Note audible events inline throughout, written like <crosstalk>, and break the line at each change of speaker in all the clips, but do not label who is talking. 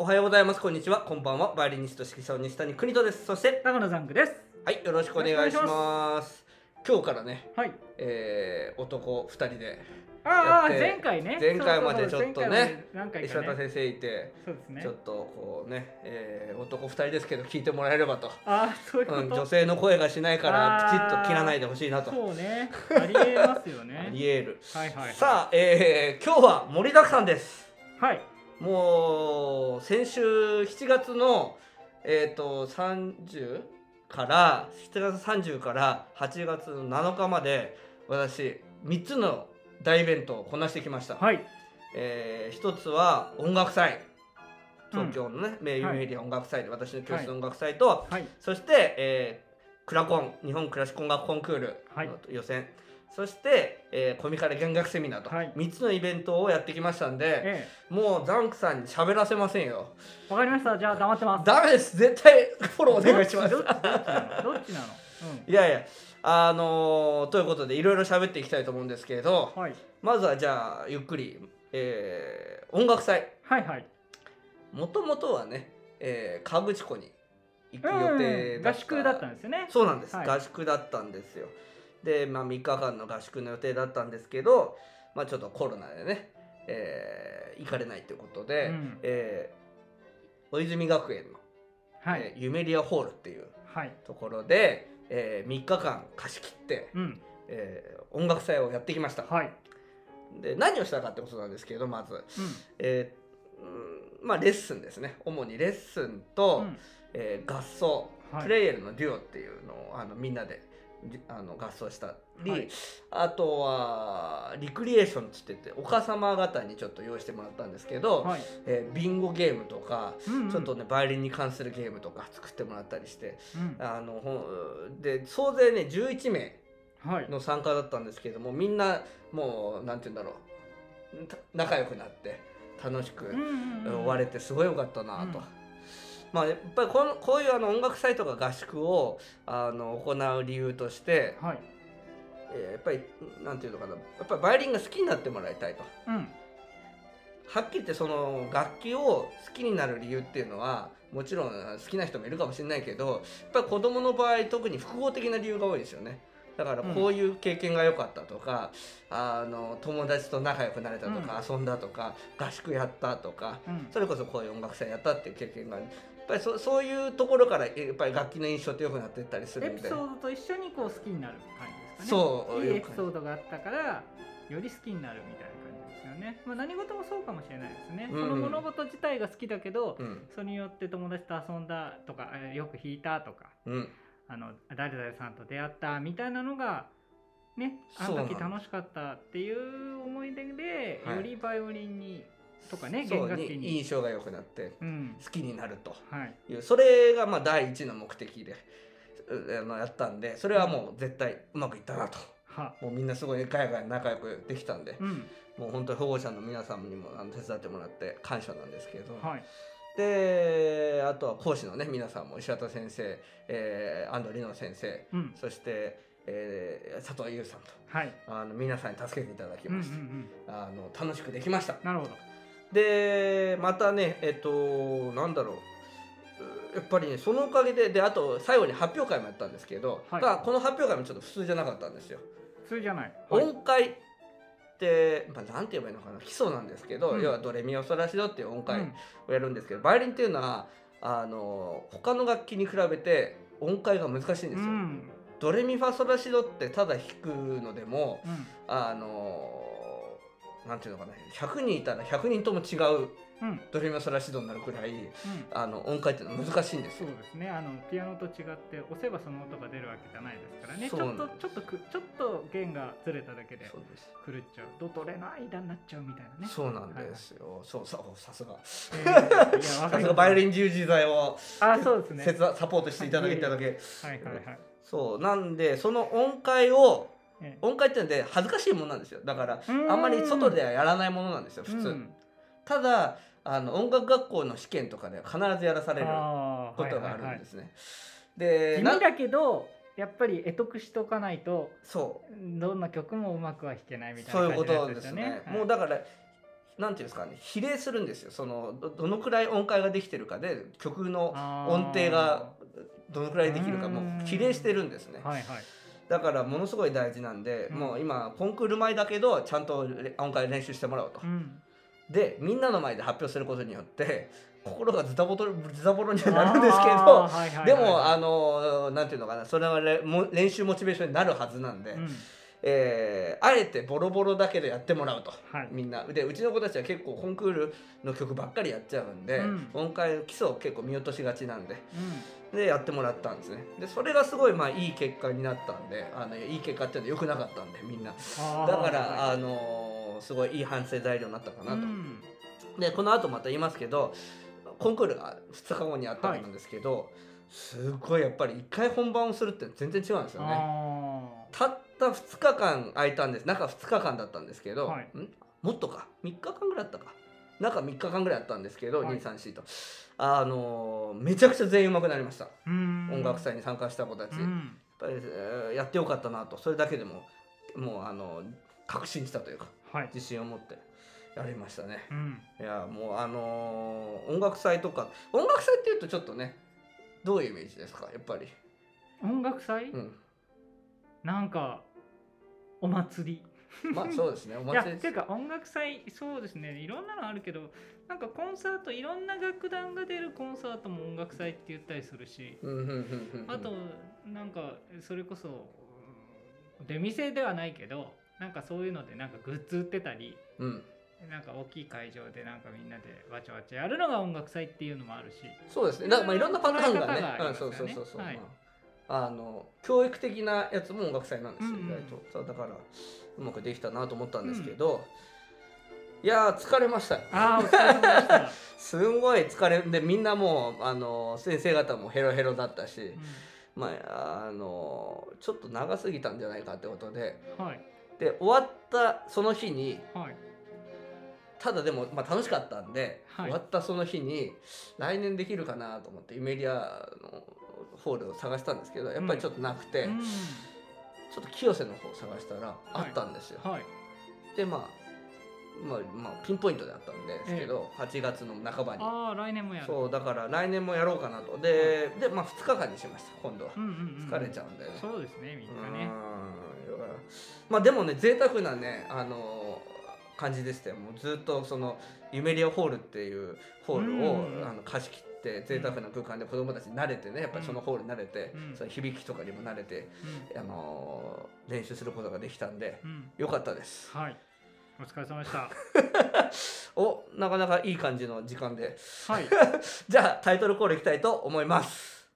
おはようございます。こんにちは。こんばんは。バイオリニスト指揮者の西谷邦人です。そして、
高野ザンクです。
はい、よろしくお願いし
よろしくお
ます。今日からね、
はい。
えー、男2人で
ああ
やって
前回ね。
前回までちょっとね
そうそうそう前回まで何回
石
か
渡
ね。
先生いて、
そうですね
ちょっ。とこうね、えー、男2人ですけど聞いてもらえればと、
ああそういうこ
う
と。
ん、女性の声がしないから
あ
き
ー
ちっと切らないでほしいなと
そうね。ありえます
<laughs>
よ
あ
ね。
りえる、
はいはいはい
さあ、えー、今日は盛りだくさんです
はい。
もう先週7月のえっ、と30から7月30から8月の7日まで私3つの大イベントをこなしてきました、
はい。
えー一つは音楽祭
うん
東京のね、名有
はい
メディア音楽祭で、私の教室の音楽祭と、
はい。
そして、えークラコン日本クラシック音楽コンクール
はい
の予選、そして、えーコミカル弦楽セミナーと、
はい
3つのイベントをやってきましたんで
え
もうザンクさんに喋らせませんよ
え。わかりました。じゃあ黙ってます。
ダメです絶対フォローお願いします
どっちどっちどっちなの？どっちなの？
いやいやあのーということでいろいろ喋っていきたいと思うんですけれど
うん。はい。
まずはじゃあゆっくり、えー音楽祭
はいはい。
もともとはね、えー、河口湖に行く予
う
定
ん。
だ
合
った、
宿だったんですよね。
そうなんです、
はい
合宿だったんですよで、まあ、3日間の合宿の予定だったんですけど、まあ、ちょっとコロナでね、えー行かれないということで、
うん
えー小泉学園の、
は
え
い。
ーユメリアホールっていう
はい。
ところで、え3日間貸し切って、
うん。
えー音楽祭をやってきました、
はい。
で何をしたかってことなんですけどまず、
う
えーうんまあ、レッスンですね主にレッスン
ん。
と、
うん。
えー合奏、
はい
プレイエルのデュオっていうのをあのみんなでじあの合奏したり、
はい
あとはリクリエーションっつっててお母様方にちょっと用意してもらったんですけど、
はい。
えービンゴゲームとか、
うんうん
ちょっと。ねバイオリンに関するゲームとか作ってもらったりして
うん
あのほんで総勢ね11名
はい。
の参加だったんですけどもみんなもうなんて言うんだろうた仲良くなって楽しく。
うんうんうん
終われてすごい良かったなと、
うん
まあやっぱりこのこういうあの音楽祭とか合宿をあの行う理由として、
はい。
えーやっぱりなんていうのかなやっぱりバイオリンが好きになってもらいたいと
うん。
はっきり言ってその楽器を好きになる理由っていうのはもちろん好きな人もいるかもしれないけどやっぱり子供の場合特に複合的な理由が多いですよねだから
うん
こういう経験が良かったとか、あの友達と仲良くなれたとか、遊んだとか合宿やったとか、
うん。
それこそこういう音楽祭やったっていう経験がやっぱりそそういうところからやっぱり楽器の印象って良くなってったりす
エ
るん
ピ
で
ソードと一緒にこう好きになる感じですかね
そう
いい
よ
エ
く
ピソードがあったからより好きになるみたいな感じですよね、まあ、何事もそうかもしれないですね、
うん
その物事自体が好きだけど、
うん
それによって友達と遊んだとかえーよく弾いたとか
うん
あの誰々さんと出会ったみたいなのがねあ
そうな
の
んで
時
す
楽しかったっていう思い出で、
はい
よりバイオリンにとかね
そう
弦楽器に
印象が良くなって
うん
好きになると
はい
いうそれがまあ第一の目的でうあ <laughs> のやったんでそれはもう絶対うまくいったなと
は
もうみんなすごいガヤガヤ仲良くできたんで
うん
もう本当に保護者の皆さんにもあの手伝ってもらって感謝なんですけど、
はい
であとは講師のね皆さんも石渡先生、えー、安藤里乃先生
うん
そして、えー佐藤優さんと
はい
あの皆さんに助けていただき
うんうんう
ました、
ん
あの楽しくできました
なるほど
でまたねえっとなんだろううやっぱりねそのおかげでであと最後に発表会もやったんですけど、
はい
がこの発表会もちょっと普通じゃなかったんですよ、
それじゃない、はい
音階って、まあ、なんて言えばいいのかな基礎なんですけど、
うん
要はドレミオソラシドっていう音
う
階
ん
をやるんですけど、バイオリンっていうのはあの他の楽器に比べて音階が難しいんですよ、
うん
ドレミファソラシドってただ弾くのでも
うん
あのーなんていうのかな100人いたら100人とも違う
うんうん
ドレミファソラシドになるくらいあの音階っていうのは難しいんです
そう
よ。
ですねあのピアノと違って押せばその音が出るわけじゃないですからねち
そうな
ょっ
んで
とちょっとくちょっと弦がずれただけで
そうです
狂っちゃうドとレの間になっちゃうみたいなね
そうなんですよ。そうそうさすが。
えーいやわか
さ
り
す
ます
がバイオリン従事剤を
あそうですね
切断サポートしていただいただけ。
はいはいはい
そうなんでその音階を
え
音階っていうので恥ずかしいものなんですよ。だから
ー
あんまり外ではやらないものなんですよ普
う
通
ん。
ただあの音楽学校の試験とかで必ずやらされる
あー
こ
はい
と
は
があ
い
る
は
ん
い
ですね。で
地味
な
だけどやっぱり得得しとかないと
そう
どんな曲もうまくは弾けないみたい
そう
な
いうこ
感じの
とで
やつです
す
よ
ね
ね。
もうだからなんていうんですかね比例するんですよそのどどのくらい音階ができてるかで曲の音
音
程がどのくらいできるかもう比例してるんですね
はいはい
だからものすごい大事なんで、
うん
もう今コンクール前だけどちゃんとれ音階練習してもらおうと、
うん
でみんなの前で発表することによって心がズタボトルズタボロにはな
あ
るん
ー
ですけ
は
ど
いはいはい
でもあのなんていうのかなそれはれも練習モチベーションになるはずなんで、
うん
えーあえてボロボロだけでやってもらうと。
はい
みんなでうちの子たちは結構コンクールの曲ばっかりやっちゃうんで、
うん
音階の基礎を結構見落としがちなんで
うん
でやってもらったんですねでそれがすごいまあいい結果になったんであのいい結果っていうのは良くなかったんでみんな
あー
だか
はい
ら
はい
あのーすごいいい反省材料になったかなと、
うん
でこの後また言いますけどコンクールが2日後にあったんですけど、すごいやっぱり1回本番をするって全然違うんですよね
あ
たった2日間空いたんです中2日間だったんですけど、
はい
んもっとか3日間ぐらいあったか中3日間ぐらいあったんですけど、
はい
234とあのーめちゃくちゃ全員上手くなりました、
ーうん
音楽祭に参加した子たち、
う
やっ
ん
ぱり、えーやってよかったなとそれだけでももうあの確信したというか
はい
自信を持ってやりましたね
うん
いやもうあのー音楽祭とか音楽祭っていうとちょっとねどういうイメージですかやっぱり、
音楽祭
うん、
なんかお祭り
まあそうですねお
いや
祭り
ていうか音楽祭そうですねいろんなのあるけどなんかコンサートいろんな楽団が出るコンサートも音楽祭って言ったりするし
うんうんうんうんうん
あとなんかそれこそうん出店ではないけどなんかそういうのでなんかグッズ売ってたり
うん、
なんか大きい会場でなんかみんなでわちゃわちゃやるのが音楽祭っていうのもあるし
そうですねだからまあいろんなパターンがね
捉え方があり
う
ま
ん
す
そ
よ
う
ね
そうそうそう、
はい
まああの教育的なやつも音楽祭なんですよ、
うんうん
意外とそうだからうまくできたなと思ったんですけど、いやー疲れましたよ
ああお疲れ様でした、
すんごい疲れでみんなもうあの先生方もヘロヘロだったし、まあ、あのちょっと長すぎたんじゃないかってことで
うんはい
で終わったその日に
はい
ただでも、まあ、楽しかったんで、
はい
終わったその日に来年できるかなと思ってイメリアのホールを探したんですけどやっぱりちょっとなくて、
うん
ちょっと清瀬の方を探したらあったんですよ。
はい
でまあまあまあ、ピンポイントであったんですけど、8月の半ばに
ああ来年もやる
そうだから来年もやろうかなとで,、でまあ、2日間にしました今度は
うんうんうん、
疲れちゃうんだよね、
そうですねみんな
う
ね
ーんだからまあでもね贅沢なねあのー感じでしたよもうずっとそのユメリアホールっていうホールを
うん
あの貸し切って贅沢な空間で子供たちに慣れてねやっぱりそのホールに慣れて、
うん
その響きとかにも慣れて、あのー練習することができたんで
うん、うん
よかったです
はい。お疲れ様でした。
おなかなかいい感じの時間で
はい。
じゃあタイトルコールいきたいと思います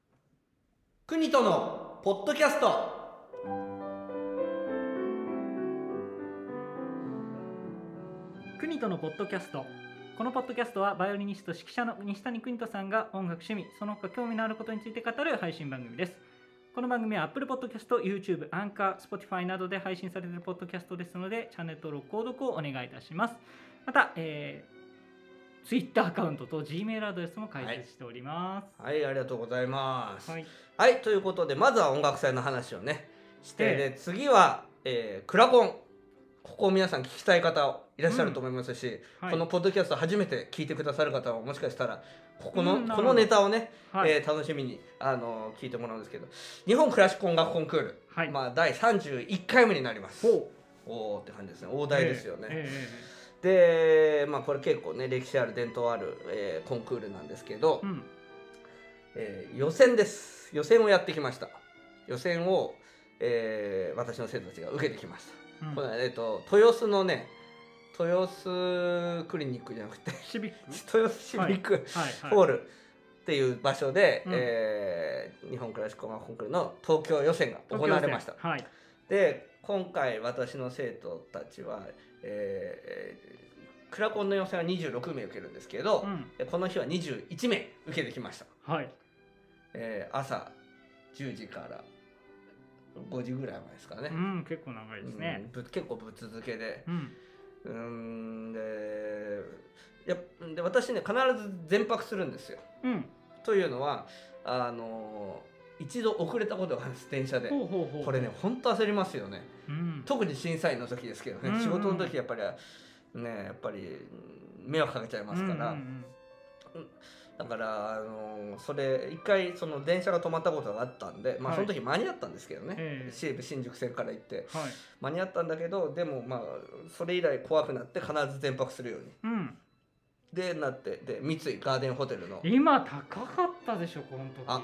国とのポッドキャスト
国とのポッドキャスト。このポッドキャストはバイオリニスト指揮者の西谷邦人さんが音楽趣味、その他興味のあることについて語る配信番組です。この番組は Apple Podcast、YouTube、Anchor、Spotify などで配信されているポッドキャストですので、チャンネル登録、購読をお願いいたします。また、えー、Twitter アカウントと Gmail アドレスも開設しておりま。
はいありがとうございますす、
はい。
はい、ということで、まずは音楽祭の話をね、して、
ええ
で、次は、えークラコン。ここを皆さん聞きたい方いらっしゃると思いますし、
はい
このポッドキャスト初めて聞いてくださる方はもしかしたら、ここの、
うん
こ
なるほど
のネタをね、
はい。
えー楽しみに、あのー聞いてもらうんですけど、日本クラシック音楽コンクール、
はい。
まあ、第31回目になります。
ほ
おーって感じですね。大台ですよね。
えーえーえ
で、まあ、これ結構ね、歴史ある伝統ある、えーコンクールなんですけど、
ーうん。
えー予選です予選をやってきました予選を、えー私の生徒たちが受けてきました、
うん
このえー、と豊洲のね豊洲クリニックじゃなくて
シビック。
豊洲シビック
はい。はい。
ホールっていう場所で、
うん
えー日本クラシック音楽コンクールの東京予選が行われました
はい。
で今回私の生徒たちは、えークラコンの予選は26名受けるんですけど
う、ん。
でこの日は21名受けてきました
はい。
えー朝10時から5時ぐらい前ですかね
う。ん、結構長いですね。
うんぶ結構ぶっ続けで。
うん。
うーんでいやで私ね必ず全泊するんですよ。
うん。
というのはあのー一度遅れたことがあるんです電車で。
ほうほうほう。
これね、本当焦りますよね。
うん。
特に審査員の時ですけどね、
うんうん
仕事の時やっぱりねやっぱり迷惑かけちゃいますから、
うんうん
だから、あのーそれ一回その電車が止まったことがあったんで、まあ、
は
そ
い
の時間に合ったんですけどね、
ええ
西武新宿線から行って
うんはい
間に合ったんだけどでもまあそれ以来怖くなって必ず全泊するように
うん、
でなってで三井ガーデンホテルの
今高かったでしょこの時
あ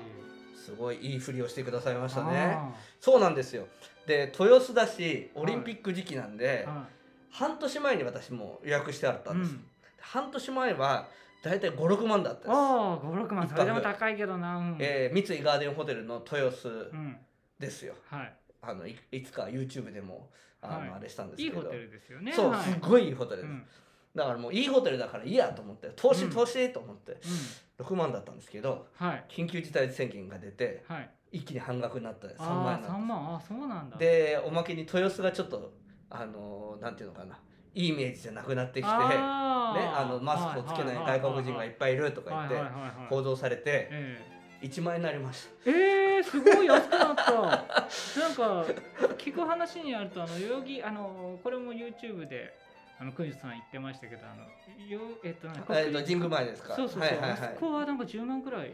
すごいいいふりをしてくださいましたね
あ
そうなんですよで豊洲だしオリンピック時期なんで、
ーは
半年前に私も予約してあった
いうん
です、
ん
半年前は大体56万だったんです
ああ56万
一泊
それでも高いけどなうん、
えー三井ガーデンホテルの豊洲
うん
ですよ、
はい
あのいいつか YouTube でもあの、
はい
あれしたんです
いい
けど
ホテルですよね
そう、
はい、
すごいいいホテル
う
です、
ん
だからもういいホテルだからいいやと思って投
う
資
ん
投資と思って
うん
6万だったんですけど
はい
緊急事態宣言が出て
はい
一気に半額になった3万
あ
円
あ
にな
ー3
っ
万あーそうなんだ
たでおまけに豊洲がちょっとあのーなんていうのかないいイメージじゃなくなってきてね、
あー
あのマスクをつけない外国人がいっぱいいるとか言って
はいはいはいはい
報道されて
え
1万円になりました
ええー、すごい安くなったなんか聞く話にあるとあの代々木あのこれも YouTube であのクイズさん言ってましたけどあのよえっとなんか
えーと神宮前ですか
そうそうそう、
はいはいはい
あそこはなんか10万くらい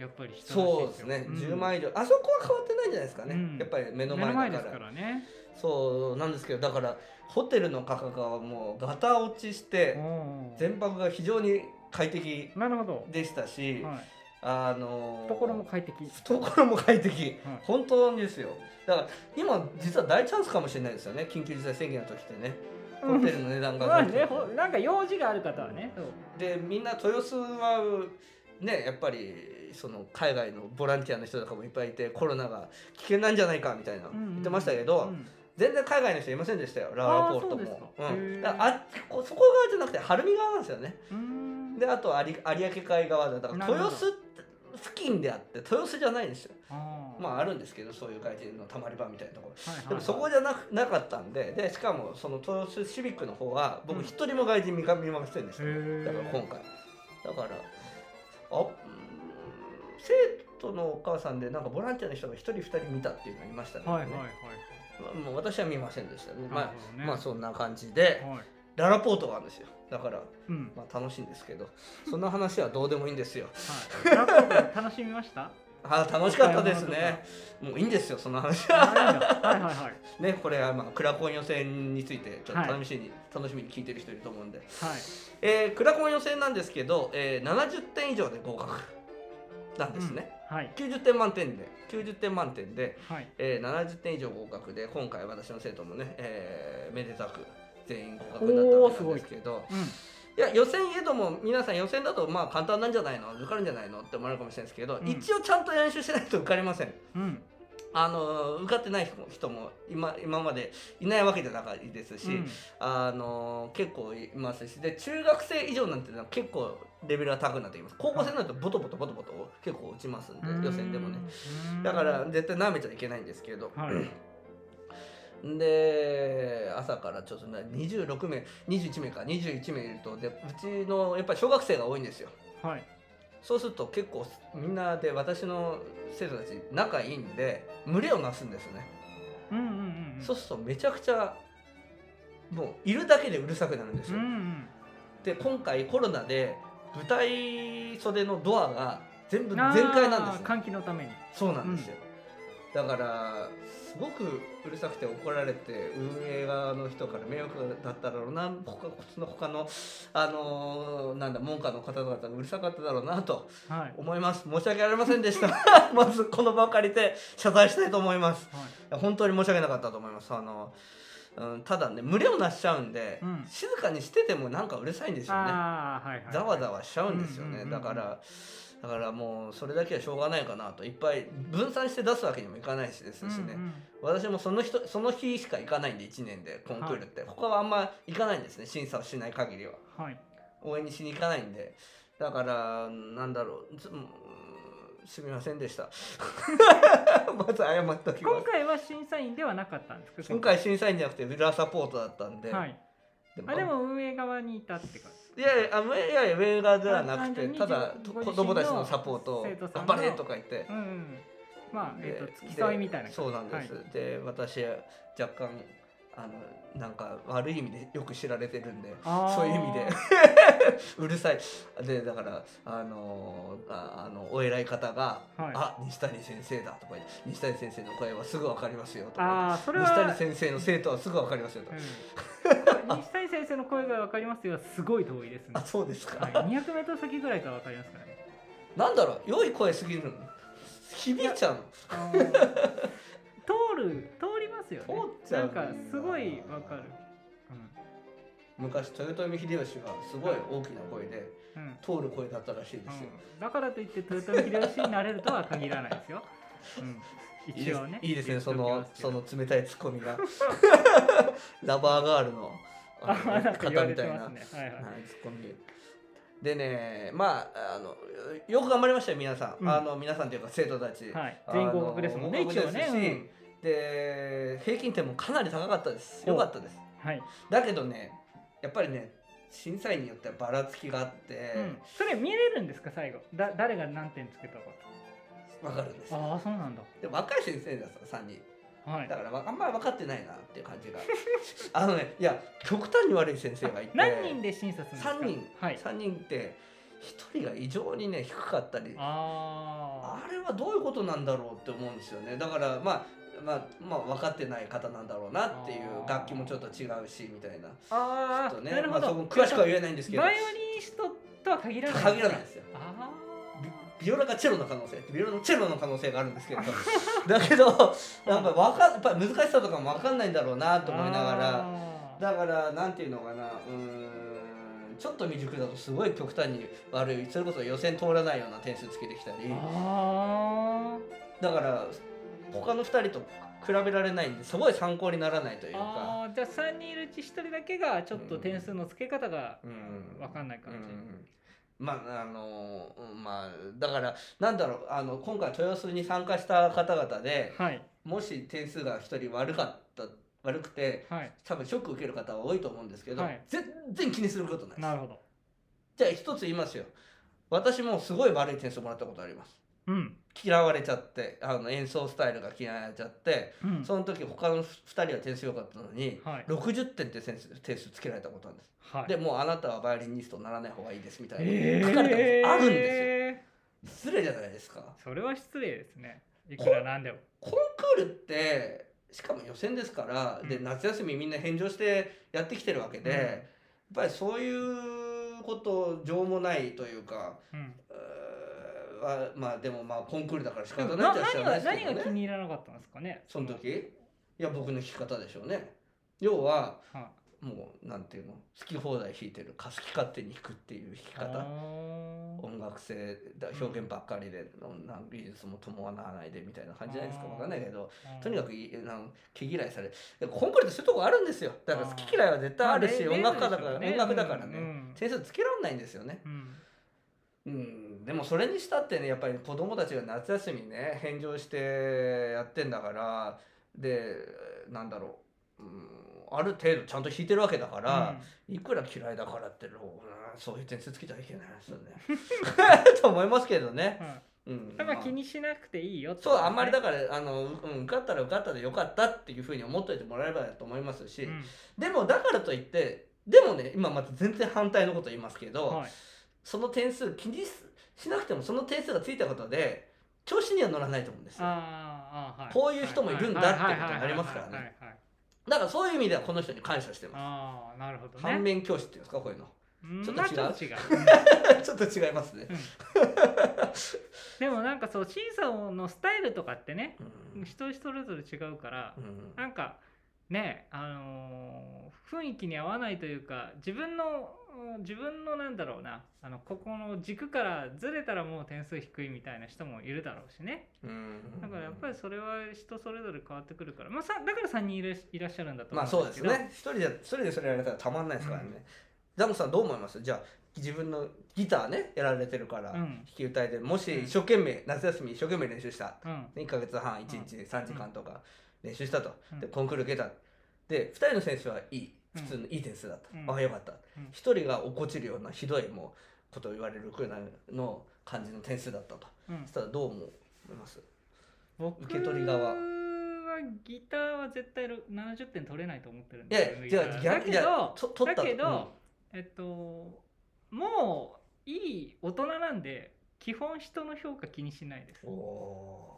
やっぱりしたらしい
そうですね、10万以上あそこは変わってないんじゃないですかね、
うん
やっぱり目
円
の
目の
前
前で
だ
す
から
からね
そうなんですけどだからホテルの価格はもうガタ落ちして
おー
全泊が非常に快適
なるほど、
でしたし、
はい、
あのー
懐も快適
懐も快適、
はい
本当にですよだから今実は大チャンスかもしれないですよね緊急事態宣言の時ってねホテルの値段
ま
が
あ
上が
ね、
って
ほなんか用事がある方はね、そう
でみんな豊洲はねやっぱりその海外のボランティアの人とかもいっぱいいてコロナが危険なんじゃないかみたいな
うんうん
言ってましたけど、
うん
全然海外の人いませんでしたよラワーポート
あーそうですか
もう
へー
んだからあこそこ側じゃなくて晴海側なんですよね
うーん
であと有有明海側だだから
なるほど
豊洲付近であって豊洲じゃないんですよ
あー
まああるんですけどそういう外人のたまり場みたいなところ
はいはいはい
でもそこじゃなくなかったんででしかもその豊洲シビックの方は僕一人も外人見か見ませんでした、
へえ
だから今回だからあうん生徒のお母さんでなんかボランティアの人が一人二人見たっていうのがいましたけど
はい
ね、
はいはい
まあもう私は見ませんでしたね
なる
ま
ほど
あ
ね
まあそんな感じで
はい
ララポートがあるんですよだから
うん
まあ楽しいんですけどそんな話はどうでもいいんですよ
はいラップが楽しみました
<laughs> あー楽しかったですねもういいんですよその話は
あいいんだはいはいはい
ねこれはまあクラコン予選についてちょっ
はい
と楽しみに、楽しみに聞いてる人いると思うんで、
はい
えークラコン予選なんですけど、えー70点以上で合格なんですね、
うんはい
90点満点で90点満点で、
はい
えー70点以上合格で今回私の生徒もね、えーめでたく全員合格
おー
になったわけなんですけど
う
いや予選へども皆さん予選だとまあ簡単なんじゃないの受かるんじゃないのって思われるかもしれないですけど、
うん
一応ちゃんと練習しないと受かりません
んうん
あの受かってない人も人も今今までいないわけじゃないですし、
うん
あの結構いますしで中学生以上なんていうのは結構レベルが高くなってきます高校生になるとボトボトボトボト結構落ちますんで、予選でもね
うん
だから絶対舐めちゃいけないんですけど、
はい
で朝からちょっとね26名21名か21名いるとでうちのやっぱり小学生が多いんですよ
はい
そうすると結構みんなで私の生徒たち仲いいんで群れをなすんですよね
うんうんうんうん
そうするとめちゃくちゃもういるだけでうるさくなるんです
う
よ、
んうん
で今回コロナで舞台袖のドアが全部全開なんです
あー
ね
換気のために
そうなんですよ、だからすごくうるさくて怒られて運営側の人から迷惑だっただろうな他その他のあのーなんだ門下の方々がうるさかっただろうなと
はいはい
思います申し訳ありませんでした <laughs> まずこの場を借りて謝罪したいと思いますいや本当に申し訳なかったと思いますあの、うん、ただね群れをなしちゃうんで、
うん
静かにしててもなんかうるさいんですよね
ああはいはい
ざわざわしちゃうんですよね、
うんうんうんうん
だからだからもうそれだけはしょうがないかなといっぱい分散して出すわけにもいかないしですしね、
うんうん
私もその人その日しか行かないんで1年でコンクールって、他はあんま行かないんですね審査をしない限りは
はい
応援にしに行かないんでだからなんだろうつうんすみませんでした <laughs> まず謝っときま
今
す
回は審査員ではなかったんですか
今回審査員じゃなくて裏サポートだったんで、
はいあでも運営側にいたって感じ
いやいや、あのいやいや、ウェーガーではなくて、
単純に
ただ
ご
子
自身の
供たちのサポートを
生徒さん
頑
の
張れとか言って
う。んうんまあえ
で
っと付き添いみたいな
で
感
そう
じ
なんです。
はい
で、私、若干、あのなんか悪い意味でよく知られてるんで
あー
そういう意味で <laughs> うるさいでだからあのーああのお偉い方が「
はい
あ西谷先生だ」とか言って「西谷先生の声はすぐ分かりますよ」とか
ああそれ
言っ
は
て「西谷先生の生徒はすぐ分かりますよ」とか、
うん西谷先生の声が分かりますよはすごい遠いですね、
あそうですか、
はい、200m 先ぐらいから分かりますからね
なんだろう良い声すぎるの響いちゃうの
あー通る通りますよね
通っちゃう
なんかすごい分かる
昔豊臣秀吉がすごい大きな声で
うん、うん
通る声だったらしいですよ、
うんだからといって豊臣秀吉になれるとは限らないですよ、うん、
いいで
一
す
応ね
いいですね、そ
言っ
の
ときますけ
そ
ど
の冷たいツッコミ
<laughs>
が。ラバーガールのあの
あなんか
方み
言わ
た
れ
い
て
な、
ますねはいはい
はい、ツッコミ。でね、まああの、よく頑張りましたよ、皆さん。
うん
あの皆さんというか、生徒たち。
はい、全員合格ですもんね、
あの
一応
合格ですし
ね。
で、平均点もかなり高かったです。
ほう
よかったです。
うん、はい、
だけどね、やっぱりね、審査員によってはばらつきがあっ
う
て
ん、、それ見れるんですか、最後、だ、誰が何点つけたか
わかるんです
と。
よ。
ああ、そうなんだ。
で若い先生だった3人。
はい
だ。からわあんまり分かってないなっていう感じが <laughs> あのねいや極端に悪い先生がいて
何人で審査するんですか。
3人、
はい。
三人って1人が異常にね低かったりあ
あ
れはどういうことなんだろうって思うんですよねだからまあまあまあ分かってない方なんだろうなっていう
あー
楽器もちょっと違うしみたいな
あ。あ
ちょっと
あ、
ね
なる
ま
ほ
あ、そ
ど。
こ詳しくは言えないんですけど
バイオリニストとは限らない。
限らないですよ
あ
ビビオラがチェロの可能性ビオラのチェロの可能性があるんですけれど <laughs> だけどなんかわかんやっぱり難しさとかも分かんないんだろうな
あ。
と思いながら。
あー。
だからなんていうのかなうーんちょっと未熟だとすごい極端に悪いそれこそ予選通らないような点数つけてきたり
あ
だから他の2人と比べられないんですごい参考にならないというか。
ーあーじゃあ3人いるうち1人だけがちょっと点数の付け方が
うん
分かんない感じ、
うんまああのうんまあだからなんだろうあの今回豊洲に参加した方々で
はい
もし点数が1人悪かった悪くて
はい
多分ショック受ける方は多いと思うんですけど、
はい
全然気にすることないです
なるほど
じゃあ一つ言いますよ私もすごい悪い点数もらったことあります
うん
嫌われちゃってあの演奏スタイルが嫌われちゃって
うん
その時他の2人は点数良かったのに
はい
60点って点数点数つけられたことあるんです、
はい
でもうあなたはバイオリニストにならない方がいいですみたい
え
な書かれたことあるんですよ失礼じゃないですか
それは失礼ですねいくらなんでも
コンクールってしかも予選ですから、で
うん
夏休みみんな返上してやってきてるわけで、
うん
やっぱりそういうこと情もないというか
うん
うーはまあでもまあコンクールだから仕
で
方
も
ない
な
っちゃ仕方
何
な
が
いです
何
けど
が気
ね
に入らなかったんですかね
その時いや僕の弾き方でしょうね要は
は
もうなんていうの好き放題弾いてるか好き勝手に弾くっていう
い
弾き
あ
方
ー
音楽性だ
うん
表現ばっかりで、なん技術も伴わないでみたいな感じじゃないですか
あー
わかんないけど
うん
とにかくいなん毛嫌いされでコンクールってそういうとこあるんですよだから好き嫌いは絶対あるし
まあ
音
ね
楽家だから、
ね
音楽だから
うん
ね点数つけられないんですよね
うんうん
うん、でもそれにしたってねやっぱり子供たちが夏休みね返上してやってんだからでなんだろう、うん、ある程度ちゃんと弾いてるわけだから、いくら嫌いだからってうんそういう点数つけちゃい
<laughs>
けないですよね。 <laughs> と思いますけどね
う。んはい
うん
だから
まあ
気にしなくていいよって
そうあんまりだ
か
からあの、うん、受かったら受かったでよかったっていうふうに思っといてもらえればと思いますし、でもだからといってでもね今また全然反対のこと言いますけど。
はい
その点数気にししなくてもその点数がついたことで調子には乗らないと思うんですよ
あーあーはい
こういう人もいるんだってことになりますからね
はいはいはいはいはい
だからそういう意味ではこの人に感謝してま
ああなるほ
す
ど
反
ね
面教師っていうんですかこういうの <laughs>
うん
ちょっと
まあ
違う
ちょっと違う
ちょっと違いますね
う、ん
<laughs>
でもなんかそう審査のスタイルとかってね
うん
人それぞれ違うから
うん
なんかねあのー雰囲気に合わないというか自分のうん自分のなんだろうなあのここの軸からずれたらもう点数低いみたいな人もいるだろうしね
うん
だからやっぱりそれは人それぞれ変わってくるから、まあ、さだから3人いらっいらっしゃるんだと
まあ
思
そううんで
です
す
けど、
ね一人で一人でそれやられたらたまんないですからね、ダムさんどう思いますじゃあ自分のギターねやられてるから、
うん
弾き歌いでもし一生懸命夏休み一生懸命練習した
うん
1ヶ月半1日3時間とか練習したと、
うん
でコンクール受けたで2人の選手はいい
うん
普通のいい点数だった、
うん
ああよかった、
うん
一1人が落っこちるようなひどいもうことを言われるくらいの感じの点数だったと
うん
そしたらどう思います
僕
受け取り側
はギターは絶対70点取れないと思ってるん
いや
で
い
すよ
や
僕
違う
ギタ
逆
ーだけ
いや
ど
と取った
だけど、
うん
えっともういい大人なんで基本人の評価気にしないです
お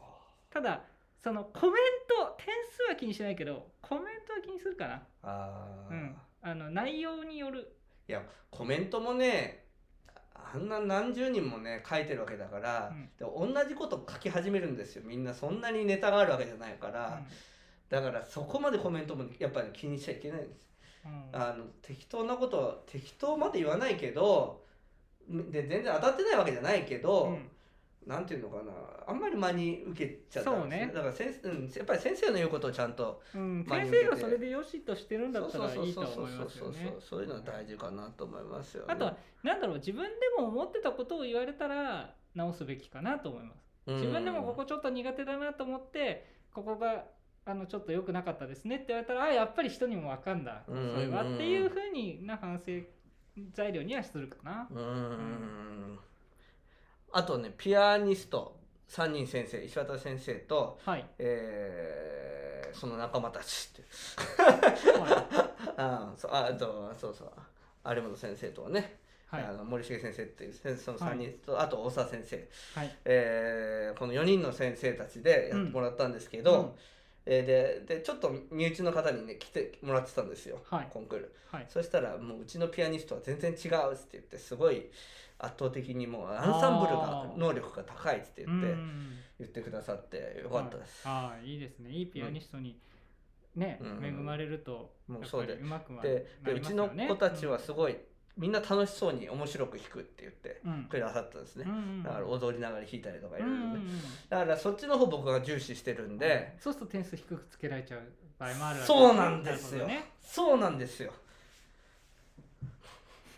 ただそのコメント点数は気にしないけどコメントは気にするかな
ーあー、
うんあの内容による
いやコメントもねあんな何十人もね書いてるわけだから、
うん
で同じこと書き始めるんですよみんなそんなにネタがあるわけじゃないから、だからそこまでコメントもやっぱり気にしちゃいけないんです
うんうん
あの適当なことは適当まで言わないけどで全然当たってないわけじゃないけど、
うん
なんていうのかなあんまり間に受けちゃったんです
そうね
だから先生、うん、やっぱり先生の言うことをちゃんと
うん
前に向
先
けて
生がそれでよしとしてるんだったらいいとは思いますよね
そうそういうのは大事かなと思いますよね。
あとはなんだろう自分でも思ってたことを言われたら直すべきかなと思います
うん
自分でもここちょっと苦手だなと思ってここがあのちょっと良くなかったですねって言われたらあやっぱり人にも分かんだそ
うん
れはっていうふうにな反省材料にはするかな
うーんあとねピアニスト3人先生石渡先生と、 <laughs>
はい
えーその仲間たちって
は
あそうああとそうそう有本先生とね、
いはい
あの森重先生っていう先その3
は
人と、あと大沢先生、
はい
えーこの4人の先生たちでやってもらったんですけど、
うん
えーででちょっと身内の方にね来てもらってたんですよ、
はい
コンクール。
はい
そしたらもううちのピアニストは全然違うっつって言ってすごい圧倒的にもうアンサンブルが
あー
能力が高いっつって言って
うん
言ってくださってよかったです。
はいああいいですねいいピアニストにね、
うん
恵まれると
もう
やっ
そ
ぱ
う
り
で
うまくは
で
な
でう
りま
ち
すよ
の
ね
子たちはすごいみんな楽しそうに面白く弾くって言って
うん
くださったんですね
うん。うん
だから踊りながら弾いたりとかいろいろ
うんうん
ね。
うん
だからそっちの方僕が重視してるんで
そうすると点数低くつけられちゃう場合もあるわけ
そうなんですよ
なる
そうなんです
<laughs>
よ。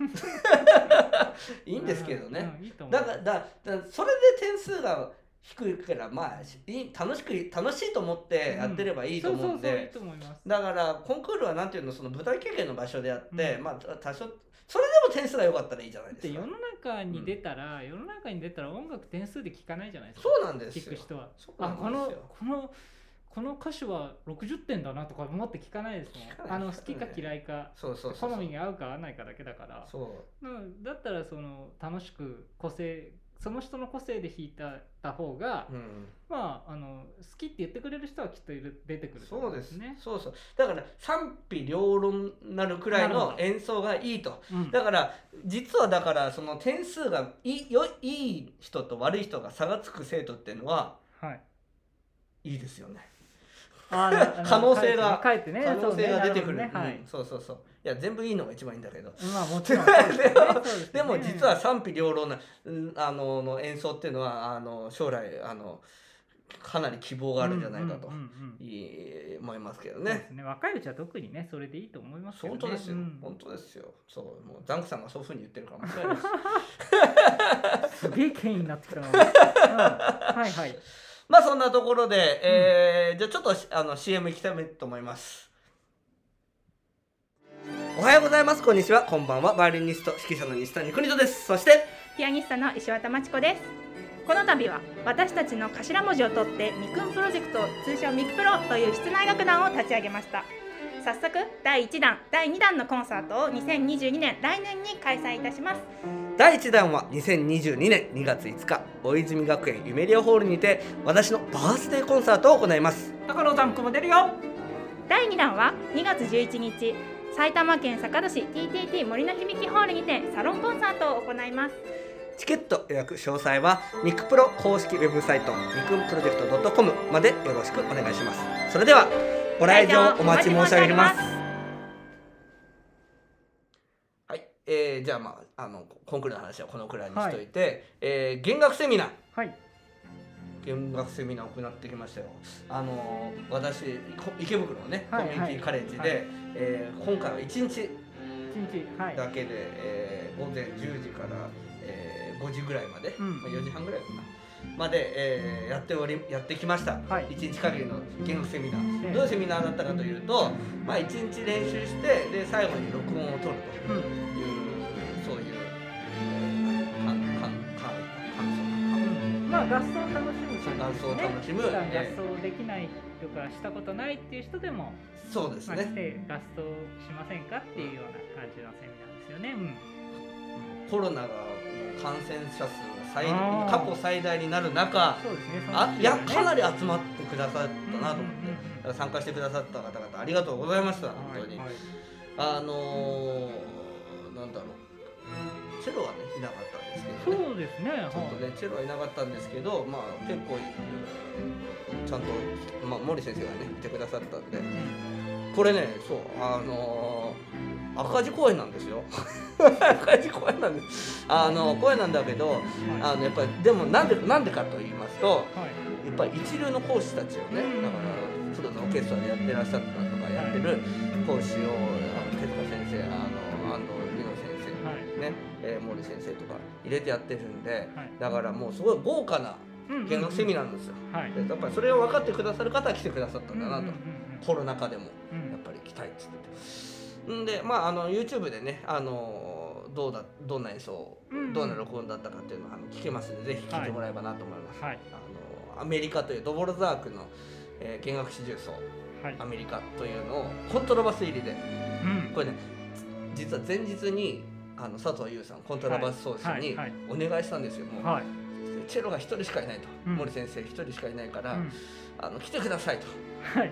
いい
ほどね
んですけどね。
うんうんいいと思う
だからだだそれで点数が低いからまあしいい楽しく楽しいと思ってやってればいいと思うん
そうそうそうい
で
いと思います
だからコンクールはなんていうのその舞台経験の場所であって、
うん
まあた多少それでも点数が良かったらいいじゃない
だっ
です
て
か
世の中に出たら、世の中に出たら音楽点数で聞かないじゃないですか
そうなんです
聞く
よ
人は
そうな
あこ
んです
の
よ
このこの歌手は60点だなとか思って聞かないですもん
聞かない
あの好きか嫌いか
そうそうそう
好みに合うか合わないかだけだから
そう
うんだったらその楽しく個性その人の個性で弾いたた方が、
うん、
まああの好きって言ってくれる人はきっといる出てくると思
そ
ん
うですね。そうそう。だから賛否両論なるくらい
なるほ
の
ど
演奏がいいと。
うん
だから実はだからその点数がいいよいい人と悪い人が差がつく生徒っていうのは
はい、
いいですよね。
あなあの
<laughs> 可能性が
かえってね
可能性が出てく
そう
る。
ねなほどねはい
うんそうそうそう。いや全部いいのが一番いいんだけど。
まあもちろんそうですね
でも
そうすね
<laughs> でも実は賛否両論な、うんあのの演奏っていうのはあの将来あのかなり希望があるんじゃないかと
うんうんうんうん
いい思いますけど
そうで
ね。
すね若いうちは特にねそれでいいと思いますけど
本当
ね
ですよ、
うん
本当ですよ。そう、もうザンクさんがそういうふうに言ってるから間違いないです。
すげえ権威になってきた
<laughs>
な、うん、はいはい
まあそんなところで、えーじゃあちょっとしあの CM 行きたいと思います。おはようございます。こんにちは。こんばんは。バイオリニスト指揮者の西谷邦人です。そして
ピアニストの石渡真知子です。この度は私たちの頭文字を取ってミクンプロジェクト通称ミクプロという室内楽団を立ち上げました。早速第1弾、第2弾のコンサートを2022年来年に開催いたします。
第1弾は2022年2月5日大泉学園ゆめりおホールにて私のバースデーコンサートを行います
高野さんこも出るよ
第2弾は2月11日埼玉県坂戸市 TTT 森の響きホールにてサロンコンサートを行います。
チケット予約詳細はミクプロ公式ウェブサイトミクンプロジェクト .com までよろしくお願いしますそれではご来場お待ち申し上げますはい、えー、じゃあまああのコンクールの話はこのくらいにしといて、えー、弦楽セミナー
はい
弦楽セミナー行ってきましたよ。あのー私こ池袋のね、
はい
コミュニティカレッジで、
はい
えー今回は1日
一日はい
だけで、えー午前10時から、えー5時ぐらいまで、
うん
まあ4時半ぐらいかなまで、えーやっておりやってきました、
はい
一1日限りの弦楽セミナー、
ええ
どういうセミナーだったかというと、まあ、1日練習してで最後に録音を取る
うん
という、そういう、えー、なんか感感感感想
うんまあまあ合奏を楽しむ人
合奏を楽しむ
普段
え
合奏できないとかしたことないっていう人でも、
そうです
まあ、
ね
来て合奏しませんかっていうような感じのセミナーですよね。うん
コロナが感染者数が最
あー
過去最大になる中
そうですね。
あいやかな
り
り集まってくださったなと思って、
うんうんうん
だから参加してくださった方々ありがとうございました本当に、
はいはい
あのー、なんだろうチェロはねいなかったんですけどね
そうですね。
ちょっとねチェロはいなかったんですけどまあ結構ちゃんと、まあ、森先生がねいてくださったんでこれねそうあのー赤字公演なんですよ <laughs> 赤字公演なんですあの公演なんだけど
はい
あのやっぱりでもなんでなんでかと言いますと
はい
やっぱり一流の講師たちをね
うん
だからプロのオーケストラでやってらっしゃったとかやってる講師をあの手塚先生あの安藤美乃先
はい
生ね、えー森先生とか入れてやってるんで
はい
だからもうすごい豪華な
うん
見学セミナーなんですよ。
はい。
でやっぱりそれを分かってくださる方は来てくださったんだなと、
うんうん
コロナ禍でも。
うんうん
やっぱり来たいっつっててんでまああの YouTube でねあのどうだどんな演奏、
うん
どんな録音だったかっていうのをあの聞けますのでぜひ聞いてもらえればなと思います、
はい
あのアメリカというドボルザークの、えー弦楽四重奏
はい
ア。メリカというのをコントラバス入りで
うん
これね実は前日にあの佐藤優さんコントラバス奏者に
はいはい
お願いしたんですよ、もう
はい。
チェロが一人しかいないと、
うん
森先生一人しかいないから、
うん
あの来てくださいと
はい。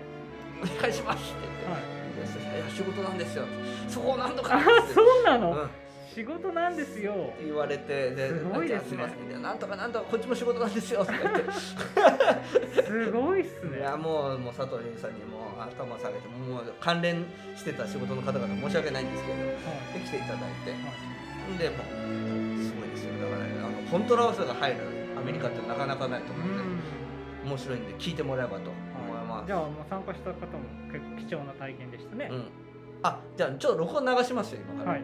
お願いしますって言って、
はい。
いや仕事なんですよそこをなんとか
あ
っ、て
そうなの。
うん
仕事なんですよ。
言われてです
ごいですね
じゃあませんみたいななんとかなんとかこっちも仕事なんです
<laughs>
よ」とか言って
すごいっす
い
ね。
やもうもう佐藤優さんにもう頭下げてもう関連してた仕事の方々申し訳ないんですけどで
は
来ていただいて
いはい
でもうすごいですよだから、ね、あのコントラバスが入るアメリカってなかなかないと思うんで、面白いんで聞いてもらえばと思い
はい
ます、
じゃあもう参加した方も結構貴重な体験でしたね
う。ん、あじゃあちょっと録音流しますよ今から、
はい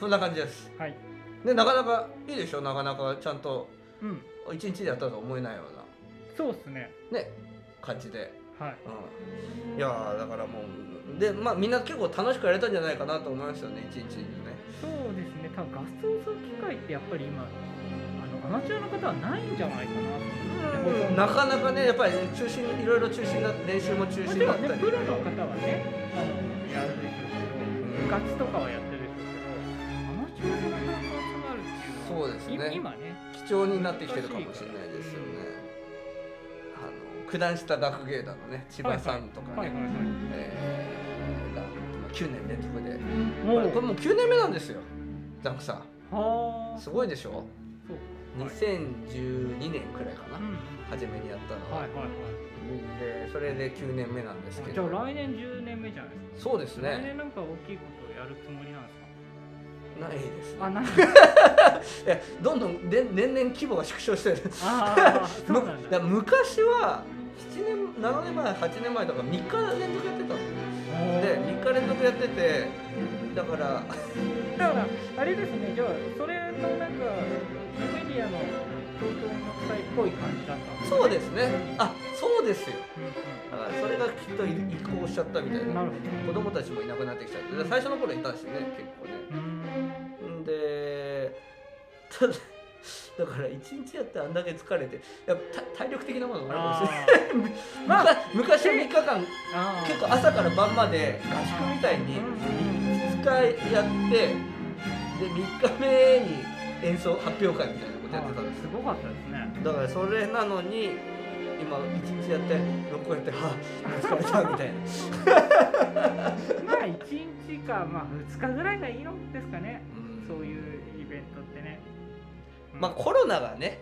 こんな感じです
はい。
でなかなかいいでしょなかなかちゃんと
うん。
一日でやったとは思えないよう
そうっすね。
なね感じで、
はい。
うん、いやーだからもうでまあみんな結構楽しくやれたんじゃないかなと思いますよね一日にね
そうですね。多分合奏する機会ってやっぱり今あのアマチュアの方はないんじゃないかなと思って。
なかなかねやっぱりね中心いろいろ中心だ練習も中心
もち
だ
ろ
っ
ん
た
ね
り
プロの方はねあのやるでしょうけど部活とかはやってるでしょうけどアマチュアでなかなか集まるっていうのは
そうですね
い今ね
貴重になってきてるかもしれないですよねあの九段下学芸団のね千葉さんとか
はい
ね
はいはい
えーがまあ9年連続で
も
これもう9年目なんですよダンクさん
はあ
すごいでしょ
そう
2012年くらいかな、
うん
初めにやったのは、
はいはいはい
でそれで9年目なんですけ
じゃあ
ど
来年10年目じゃないですか
そうです
来
ね
年なんか大きいことをやるつもりなんですか
ないです
あ
ね
なんか
えどんどんで年々規模が縮小してる
ああそう
む
なん
だ <laughs>
だ
から昔は7年7年前8年前とか3日連続やってたんですよで
で
3日連続やっててだから
だからあれですねじゃあそれのなんかメディアの東京音楽祭っぽい感じだったんですね
そうですねあそうですよ
うん
だからそれがきっと移行しちゃったみたい
うん
な
なるほ
子供たちもいなくなってきちゃってで最初の頃いたしね結構ね
どうん
んでただだから一日やってあんだけ疲れてやっぱ体体力的なものもあるか
あ
もしれない
ーまあ
<laughs> 昔は3日間
あー
結構朝から晩まで合宿みたいに2日やってで3日目に演奏発表会みたいなことやってたんです
すごかったですね
だからそれなのに今一日やって6個やってはあ疲れたみたい
<laughs>
な
まあ1日かまあ2日ぐらいがいいのですか
<laughs>
ね
うん
そういうイベントってね、うん
まあコロナがね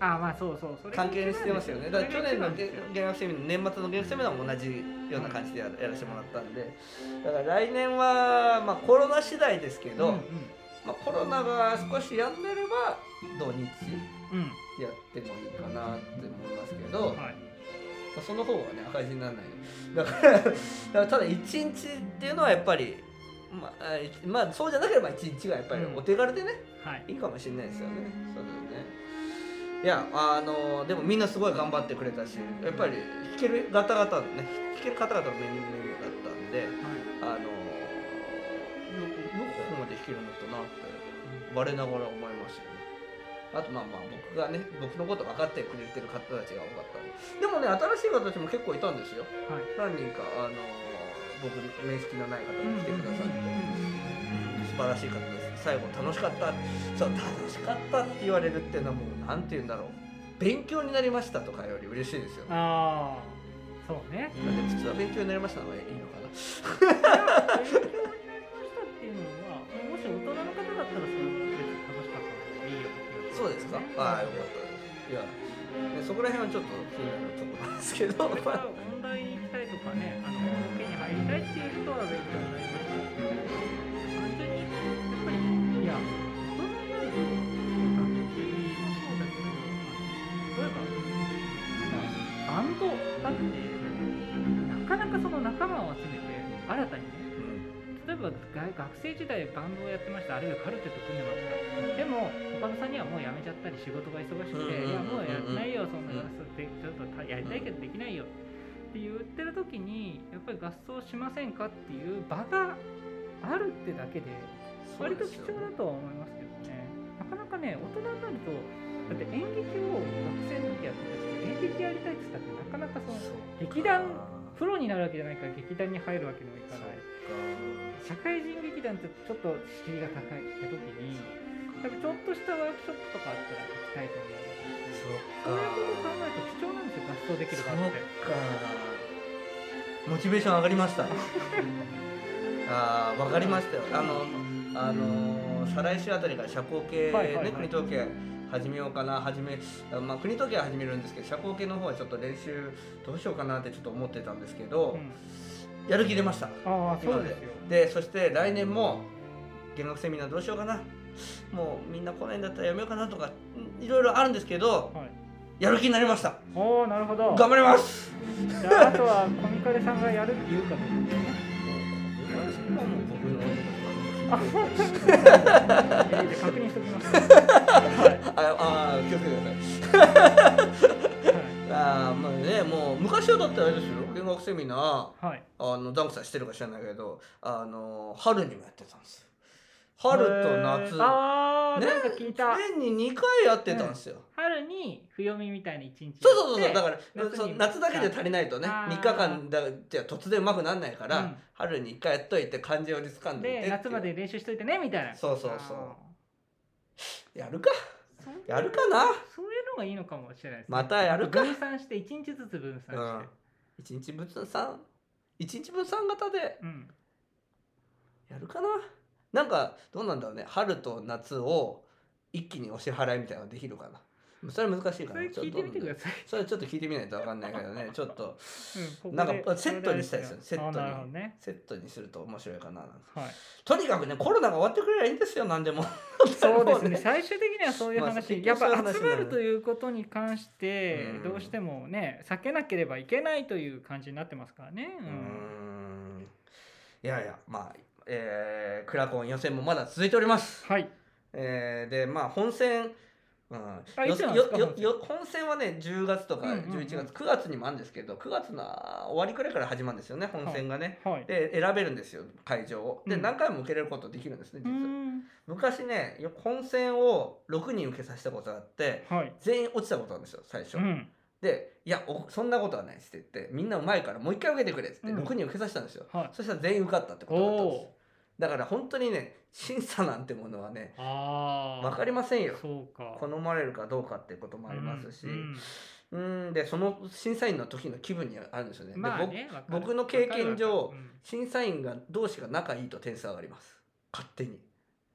あまあそうそうそれが
関係してますよね。だから去
一
年の
番
げ
ですよ
弦楽セミナー、年末の弦楽セミナーも同じような感じでややらせてもらったんで、だから来年は、まあ、コロナ次第ですけど、
うん
まあ、コロナが少しやんでれば、土日
うん
やってもいいかなって思いますけど、
うん
ま
はい
あ、その方はね、赤字にならないようにだから、だからただ1日っていうのはやっぱり、まあ、いまあ、そうじゃなければ1日がやっぱり
うん
お手軽でね、
はい
いいかもしれないですよね。そうだよね。いや、あのでもみんなすごい頑張ってくれたし、やっぱり弾ける方々のね、弾ける方々のメニューメニューだったんで、あのよくよくここまで弾けるのかなって、我ながら思いましたよね。あとまあまあ僕がね僕のこと分かってくれてる方たちが多かったんででもね新しい方たちも結構いたんですよ
はい
何人かあの僕に面識のない方
うんうん
が来てくださって、
うん
素晴らしい方です最後楽しかったそう楽しかったって言われるっていうのはもう何て言うんだろう勉強になりましたとかより嬉しいですよ、
ああそうね
なんで普通は勉強になりましたのがいいのかな
勉強になりましたっていうのはもし大人の方だったらそれは別に楽しかったのがいいよってい
そうですか、ああよかったいや、ね、そこら辺はちょっと気になるところなんですけ
<laughs>
ど
これから音大に行きたいとかねあの保険に入りたいっていう人は勉強になりましたけど単純にやっぱりいや大人になると単純にそうだけど例えばバンドだってなかなかその仲間を集めて新たにね
うん
例えばが学生時代バンドをやってましたあるいはカルテット組んでましたでも他のさんにはもう辞めちゃったり仕事が忙しくて「
うん
いやもうや
うん
んないよそんな
うん
合奏ってちょっとたやりたいけどできないよ」って言ってる時にやっぱり合奏しませんかっていう場があるってだけで割と貴重だとは思いますけどねなかなかね大人になるとだって演劇を学生の時やってたし演劇やりたいって言ったってなかなかその
そうか
劇団プロになるわけじゃないから劇団に入るわけにもいか
そうか
ない。社会人劇団ってちょっと敷居が高いって時にやっぱちょっとしたワークショップとかあったら行きたいと思う
そ
そう
う
いう
か
ことを考えると貴重なんですよ合奏できる場って
そうかモチベーション上がりました
<laughs>
ああわかりましたよあのあのー再来週あたりから社交系ね、
はいはいはい
国統計始めようかな始めあまあ国統計は始めるんですけど社交系の方はちょっと練習どうしようかなってちょっと思ってたんですけど、
うん
やる気出ました
ああそうですよ
でそして来年も弦楽セミナーどうしようかなもうみんな来ないんだったらやめようかなとかんいろいろあるんですけど
はい、
やる気になりました
おおなるほど
頑張ります
じゃああとはコミカレさんがやるって言うかどうかですね
<laughs>
あそうですねえー確認しておきます、は
ああー気をつけてください
いは
あーまあねもう昔はだってあれですよ弦楽セミナー
い、はい、
あのダンクさんしてるか知らないけどあの春にもやってたんですよ春と夏
えーああ、
ね
なんか聞いた
年に2回やってたんですよ、
春に冬みみたいに一日やって
そうそうそうそうだから
夏に
そう夏だけで足りないとね
あー
3日間だじゃあ突然うまくならないから、
うん
春に1回やっといて感情に掴んでいてってい
で
う
夏まで練習しといてねみたいな
そうそうそう
あ
やるか
ーそう
やるかな
そういうのがいいのかもしれないです、ね、
またやるか
分散して一日ずつ分散して
一日分3一日分3型で
うん、
やるかななんかどうなんだろうね春と夏を一気にお支払いみたいなのできるかなそれ難しいか
そ
な
れ聞いてみてくだ
さい
さい、
それちょっと聞いてみないとわかんないけどねちょっと
うんここで
なんかセットにしたいですよねセットに
あーなるほどね
セットにすると面白いかななんて <laughs>
はい、
とにかくねコロナが終わってくれりゃいいんですよ何でも
そうですね最終的にはそういう
まあ
話、
結
や
局
っ
そういう話
ぱ集
に
ま
なる
るということに関して
うん
どうしてもね避けなければいけないという感じになってますからね、
<laughs> う
う
ー
ん
んいやいやまあえークラコン予選もまだ続いております、
はい
えーでまあ本戦うん、
あい
よ
つなんですか
よよよ本戦はね10月とか
うんうんうん
11月、9月にもあるんですけど9月の終わりくらいから始まるんですよね本戦がね、
はい
で選べるんですよ会場をで、
うん
何回も受けれることできるんですね
う
実は、
ん
昔ねよ本戦を6人受けさせたことがあって
はい
全員落ちたことあるんですよ最初、
うん
で「いやおそんなことはない」ですって言って「みんなうまいからもう一回受けてくれ」っつって
うん
6人受けさせたんですよ、
はい
そしたら全員受かったってこ
お
とだったんです
お
だから本当にね審査なんてものはね
ーあ
分かり
ま
ませんよ
そうか
好まれるかどうかってこともありますし、
う
うんんでその審査員の時の気分にあるんですよね,
う
で、
んまあ
僕
ねわかる
僕の経験上
わかるわかる
審査員が同士が仲いいと点数上がります勝手に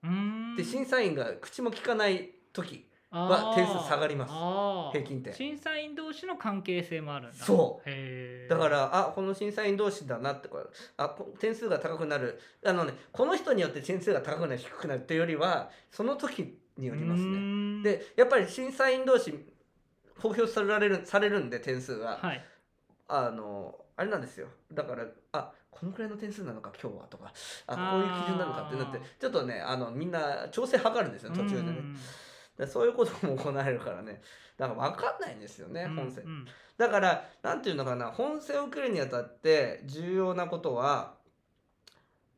うん
で審査員が口も聞かない時
あー
点数下がります
あー
平均点
審査員同士の関係性もあるんだ
そう
へー
だからあこの審査員同士だなってこれあこ点数が高くなるあのねこの人によって点数が高くなる低くなるというよりはその時によります
う
ね
ーん
でやっぱり審査員同士公表されられるされるんで点数が、
はい
あのあれなんですよだからあこのくらいの点数なのか今日はとかあこういう基準なのかってなって
あー
ちょっとねあのみんな調整図るんですよ途中でね
うん
でそういうことも行われるからねだから分かんないんですよね
うん
本戦
うん
だからなんていうのかな本戦を受けるにあたって重要なことは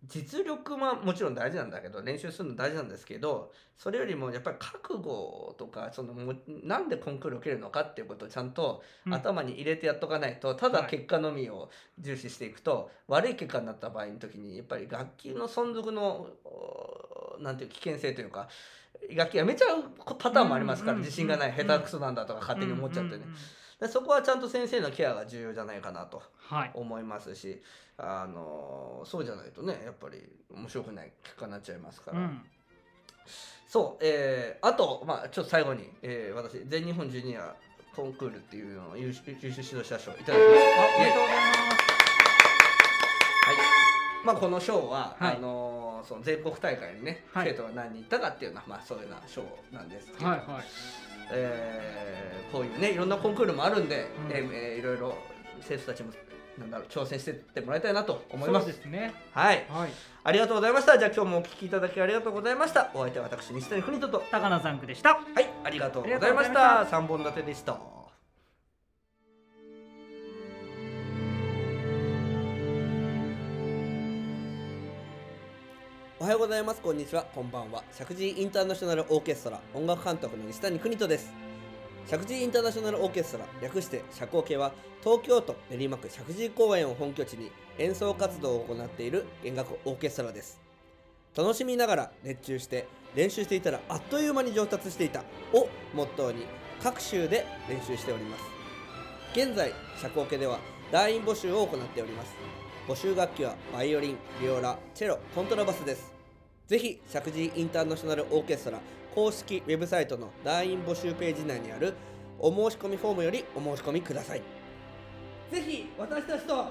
実力はもちろん大事なんだけど練習するの大事なんですけどそれよりもやっぱり覚悟とかそのもなんでコンクール受けるのかっていうことをちゃんと
うん
頭に入れてやっとかないと、ただ
はい
結果のみを重視していくと、悪い結果になった場合の時にやっぱり楽器の存続のおなんていう危険性というか楽器やめちゃうパターンもありますから、
うんうん
自信がない、
うん
下手くそなんだとか勝手に思っちゃってね、
うんうんうん
でそこはちゃんと先生のケアが重要じゃないかなと。
はい
思いますし、あのそうじゃないとねやっぱり面白くない結果になっちゃいますから、
うん
そう、えーあと、まあ、ちょっと最後に、えー私全日本ジュニアコンクールっていうのを優秀優秀指導者賞いただきました
あおめでとうござい
はいまあ、この賞は、
はい
あのその全国大会にね、
はい
生徒が何人いったかっていうのは、まあ、そういうような賞なんですけ
ます
ど、
はいはい
えーこういうねいろんなコンクールもあるんで、
うん
えーえーいろいろ生徒たちもなんだろう挑戦してってもらいたいなと思いま
そう
す
ですね
はい
はい
ありがとうございました。じゃあ今日もお聞きいただきありがとうございました。お相手は私、西谷邦人と。
高野ザンクでし
は
た
い、ありがとうございまし
あ
た。三本立てでした。おはようございます。こんにちは。こんばんは。石神井インターナショナルオーケストラ音楽監督の西谷邦人です。石神井インターナショナルオーケストラ略して社交系は東京都練馬区石神井公園を本拠地に演奏活動を行っている弦楽オーケストラです楽しみながら熱中して練習していたらあっという間に上達していたをモットーに各州で練習しております現在社交系では団員募集を行っております募集楽器はバイオリンビオラチェロコントラバスですぜひ石神井インターナショナルオーケストラ公式ウェブサイトの団員募集ページ内にあるお申し込みフォームよりお申し込みくださいぜひ私たちと